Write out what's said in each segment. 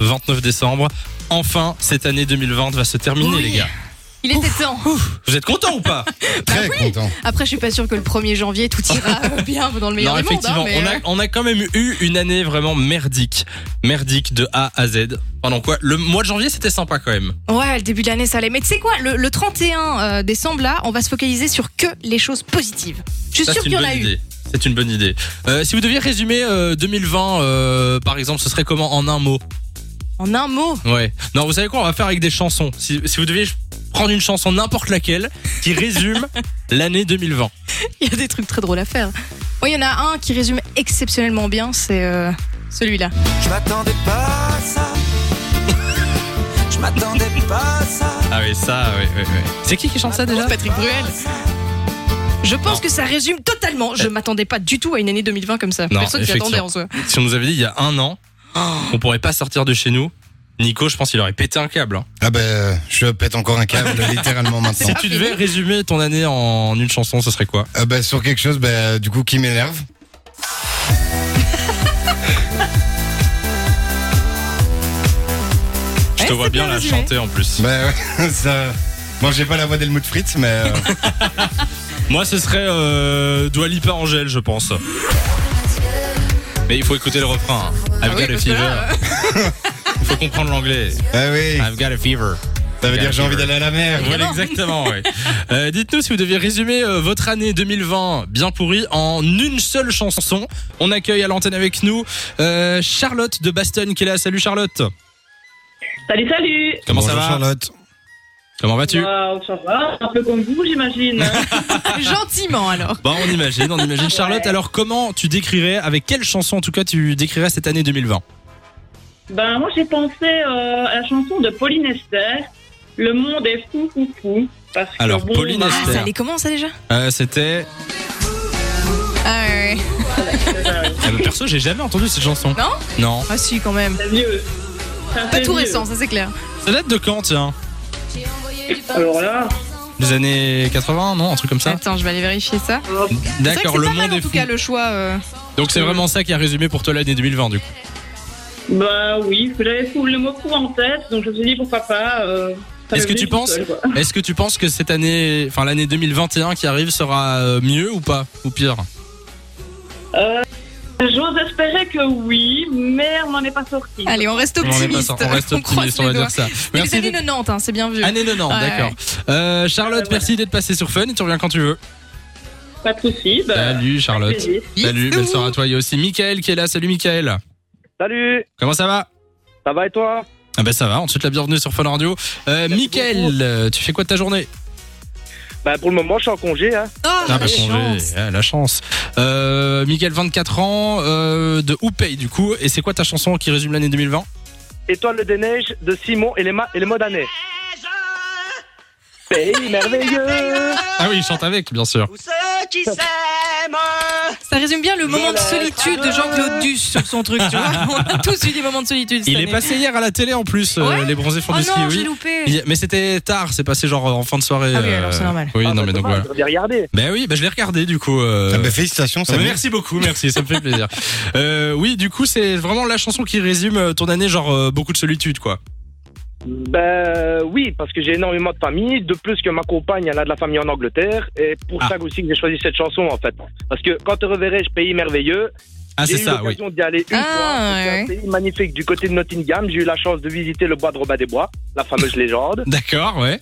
29 décembre. Enfin, cette année 2020 va se terminer, Oui. Bah les gars. Il était temps. Vous êtes contents ou pas Très content. Après, je suis pas sûre que le 1er janvier tout ira euh, bien dans le meilleur Non, des mondes, hein, effectivement, mais, on, euh, a, on a quand même eu une année vraiment merdique. Merdique de A à Z. Pendant quoi Le mois de janvier, c'était sympa quand même. euh, Ouais, le début de l'année, ça allait. Mais tu sais quoi, le, le 31 euh, décembre, là, on va se focaliser sur que les choses positives. Je suis Ça, sûre c'est qu'il une y en a bonne eu. idée. C'est une bonne idée. Euh, si vous deviez résumer euh, 2020, euh, par exemple, ce serait comment en un mot En un mot. Ouais. Non, vous savez quoi On va faire avec des chansons. Si, si vous deviez prendre une chanson, n'importe laquelle, qui résume l'année 2020. Il y a des trucs très drôles à faire. Oui, il y en a un qui résume exceptionnellement bien, c'est euh, celui-là. Ah, Je m'attendais pas à ça. Je m'attendais pas à ça. Ah oui, ça, oui, oui, oui. C'est qui qui chante ça déjà Patrick Bruel. Je pense que ça résume totalement. Je m'attendais pas du tout à une année 2020 comme ça. Eh. Non, Personne s'y attendait en soi. Si on nous avait dit il y a un an Oh. qu'on pourrait pas sortir de chez nous, Nico, je pense qu'il aurait pété un câble. hein. Ah ben, je pète encore un câble littéralement Ah, maintenant. Si tu devais résumer ton année en une chanson, ce serait quoi Ah ben, sur quelque chose, ben, du coup, qui m'énerve. Je te Ouais, vois c'est bien bien la résumé. chanter en plus. Ben, ouais, ça. Bon, j'ai pas la voix d'Helmut Fritz, mais euh, Bah. Moi, ce serait euh, Dua Lipa Angèle, je pense. Mais il faut écouter le refrain. hein. I've Ah oui, got a parce que fever. là, euh. Il faut comprendre l'anglais. ah oui, I've got a fever. ça veut dire j'ai envie d'aller à la mer. Ah, Voilà, exactement. ouais. Euh, Dites-nous si vous deviez résumer euh, votre année 2020 bien pourrie en une seule chanson. On accueille à l'antenne avec nous euh, Charlotte de Bastogne qui est là. Salut Charlotte. Salut, salut Comment ça Bonjour, va Charlotte Comment vas-tu Waouh, ça va, un peu comme vous, j'imagine. Gentiment alors. Bah on imagine, on imagine. Charlotte, alors comment tu décrirais, avec quelle chanson en tout cas tu décrirais cette année 2020 ben, moi, j'ai pensé euh, à la chanson de Pauline Esther, Le monde est fou, fou, fou. Parce que, Alors, bon, Pauline bah, Ah, Esther. ça allait comment ça déjà euh, C'était... Ah ouais. ouais. Ah, bah, perso, j'ai jamais entendu cette chanson. Non Non. Ah si quand même. c'est vieux. Ça, Pas c'est tout vieux. récent, ça c'est clair. Ça date de quand, tiens Alors là, Des années 80, non Un truc comme ça Attends, je vais aller vérifier ça. C'est vrai que D'accord, c'est le pas mal monde en est tout fou. cas le choix. euh, Donc c'est vraiment ça qui a résumé pour toi l'année 2020 du coup. bah oui, j'avais fou- le mot fou en tête, donc je me suis dit pourquoi pas. euh, ça Est-ce m'est que venu tu tout penses seul, quoi. Est-ce que tu penses que cette année, enfin l'année 2021 qui arrive sera euh, mieux ou pas Ou pire J'ose espérer que oui, mais on n'en est pas sorti. Allez, on reste On est pas optimiste. sans- on reste croise optimiste, on les va doigts. dire ça. Mais les Merci. années 90, hein, c'est bien vu. Année 90, Ouais, d'accord. Euh, Charlotte, Ouais, merci d'être passée sur Fun et tu reviens quand tu veux. Pas de soucis. bah, Salut Charlotte. plaisir. Salut, Bisous. belle soirée à toi. Il y a aussi Mickaël qui est là. Salut Mickaël. Salut, Comment ça va ça va et toi Ah bah ça va, on te souhaite la bienvenue sur Fun Radio. Euh, Mickaël, euh, tu fais quoi de ta journée Bah pour le moment je suis en congé hein. Oh, Ah la bah congé, chance. ah, la chance. Euh, Mickaël, 24 ans, euh, de Oupay du coup. Et c'est quoi ta chanson qui résume l'année 2020 Étoile des neiges de Simon et les, ma- et les mots d'année. Pays merveilleux Ah oui, il chante avec, bien sûr. Où ceux qui s'aiment. Ça résume bien le moment de Voilà. Ah. solitude de Jean-Claude Duss sur son truc, tu vois. On a tous eu des moments de solitude. cette Il est année. passé hier à la télé en plus, euh, Ouais les bronzés font Oh du ski, non, j'ai oui. loupé. Il- Mais c'était tard, c'est passé genre en fin de soirée. euh, Ah oui, alors c'est normal. Oui, non Ah, bah, mais donc dommage, voilà. j'aurais bien regardé. Ben oui, ben je l'ai regardé du coup. euh, Ah ben, félicitations, Ah, ça mais merci beaucoup, merci, ça me fait plaisir. Euh, oui, du coup, c'est vraiment la chanson qui résume euh, ton année, genre euh, beaucoup de solitude, quoi. Bah oui, parce que j'ai énormément de famille, de plus que ma compagne elle a de la famille en Angleterre, et pour Ah. ça aussi que j'ai choisi cette chanson en fait. Parce que quand te reverrai je pays merveilleux, Ah, c'est j'ai eu ça, oui. l'occasion d'y aller une Ah, fois, c'est ouais. un pays magnifique du côté de Nottingham, j'ai eu la chance de visiter le bois de Robin des Bois, la fameuse légende. D'accord, ouais.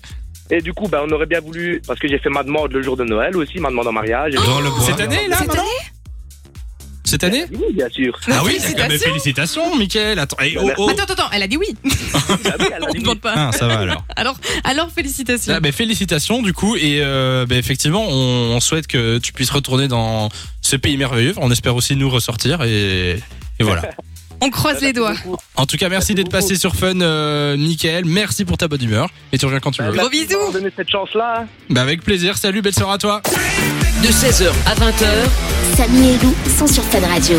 Et du coup, ben, on aurait bien voulu, parce que j'ai fait ma demande le jour de Noël aussi, ma demande en mariage. Et- Dans le bois. Cette année, là, Cette maintenant Cette année Oui, bien sûr. Bah, Ah oui, félicitations. d'accord, ben, félicitations, Mickaël. Attends, eh, oh, oh. Attends, attends, attends, elle a dit oui. Ah oui, elle a On dit demande pas. Ah, ça va alors. Alors, alors félicitations. Ah, ben, félicitations du coup et euh, ben, effectivement on, on souhaite que tu puisses retourner dans ce pays merveilleux. On espère aussi nous ressortir et, et voilà. On croise les doigts. En tout cas merci Merci d'être beaucoup. passé sur Fun, euh, Mickaël. Merci pour ta bonne humeur et tu reviens quand tu veux. Bah, Gros merci de m'avoir bisous. donné cette chance-là. Ben, avec plaisir. Salut, belle soirée à toi. De 16h à 20h, Samy et Lou sont sur Fan Radio.